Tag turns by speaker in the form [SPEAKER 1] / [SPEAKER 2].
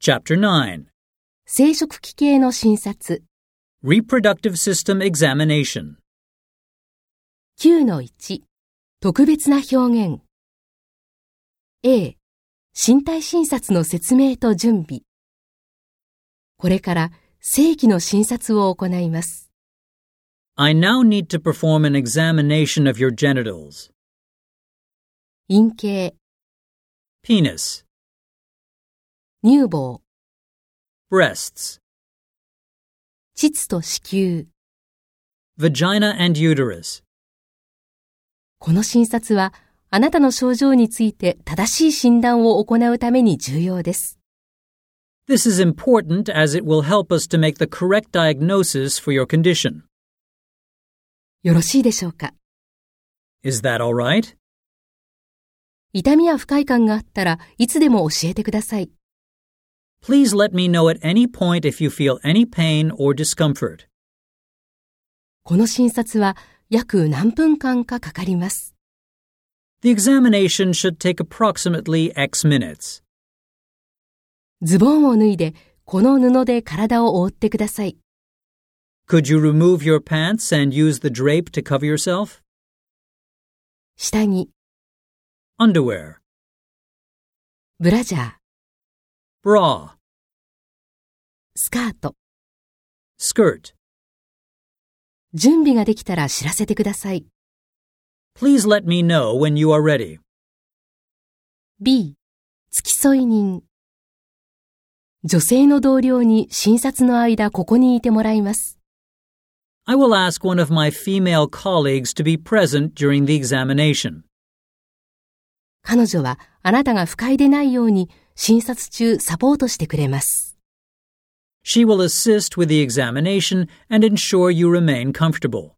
[SPEAKER 1] Chapter 9
[SPEAKER 2] 生殖器系の診察
[SPEAKER 1] Reproductive System Examination.
[SPEAKER 2] 9-1特別な表現 A 身体診察の説明と準備これから正規の診察を行います
[SPEAKER 1] I now need to perform an examination of your genitals,
[SPEAKER 2] 陰茎
[SPEAKER 1] penis,
[SPEAKER 2] 乳房
[SPEAKER 1] breasts,
[SPEAKER 2] 膣と子宮
[SPEAKER 1] vagina, and uterus.
[SPEAKER 2] この診察はあなたの症状について正しい診断を行うために重要です。
[SPEAKER 1] This is important as it will help us to make the correct diagnosis for your condition.
[SPEAKER 2] よろしいでしょうか
[SPEAKER 1] Is that all right?
[SPEAKER 2] 痛みや不快感があったらいつでも教えてください。
[SPEAKER 1] Please let me know at any point if you feel any pain or discomfort.
[SPEAKER 2] この診察は約何分間かかかります。
[SPEAKER 1] The examination should take approximately X minutes.
[SPEAKER 2] ズボンを脱いで、この布で体を覆ってください。
[SPEAKER 1] Could you remove your pants and use the drape to cover yourself?
[SPEAKER 2] 下着、
[SPEAKER 1] Underwear,
[SPEAKER 2] ブラジャー、
[SPEAKER 1] bra,
[SPEAKER 2] スカート。
[SPEAKER 1] skirt.
[SPEAKER 2] 準備ができたら知らせてください。
[SPEAKER 1] Please let me know when you are ready.
[SPEAKER 2] B、付き添い人。女性の同僚に診察の間ここにいてもらいます。
[SPEAKER 1] I will ask one of my female colleagues to be present during the examination.
[SPEAKER 2] 彼女はあなたが不快でないように診察中サポートしてくれます。
[SPEAKER 1] She will assist with the examination and ensure you remain comfortable.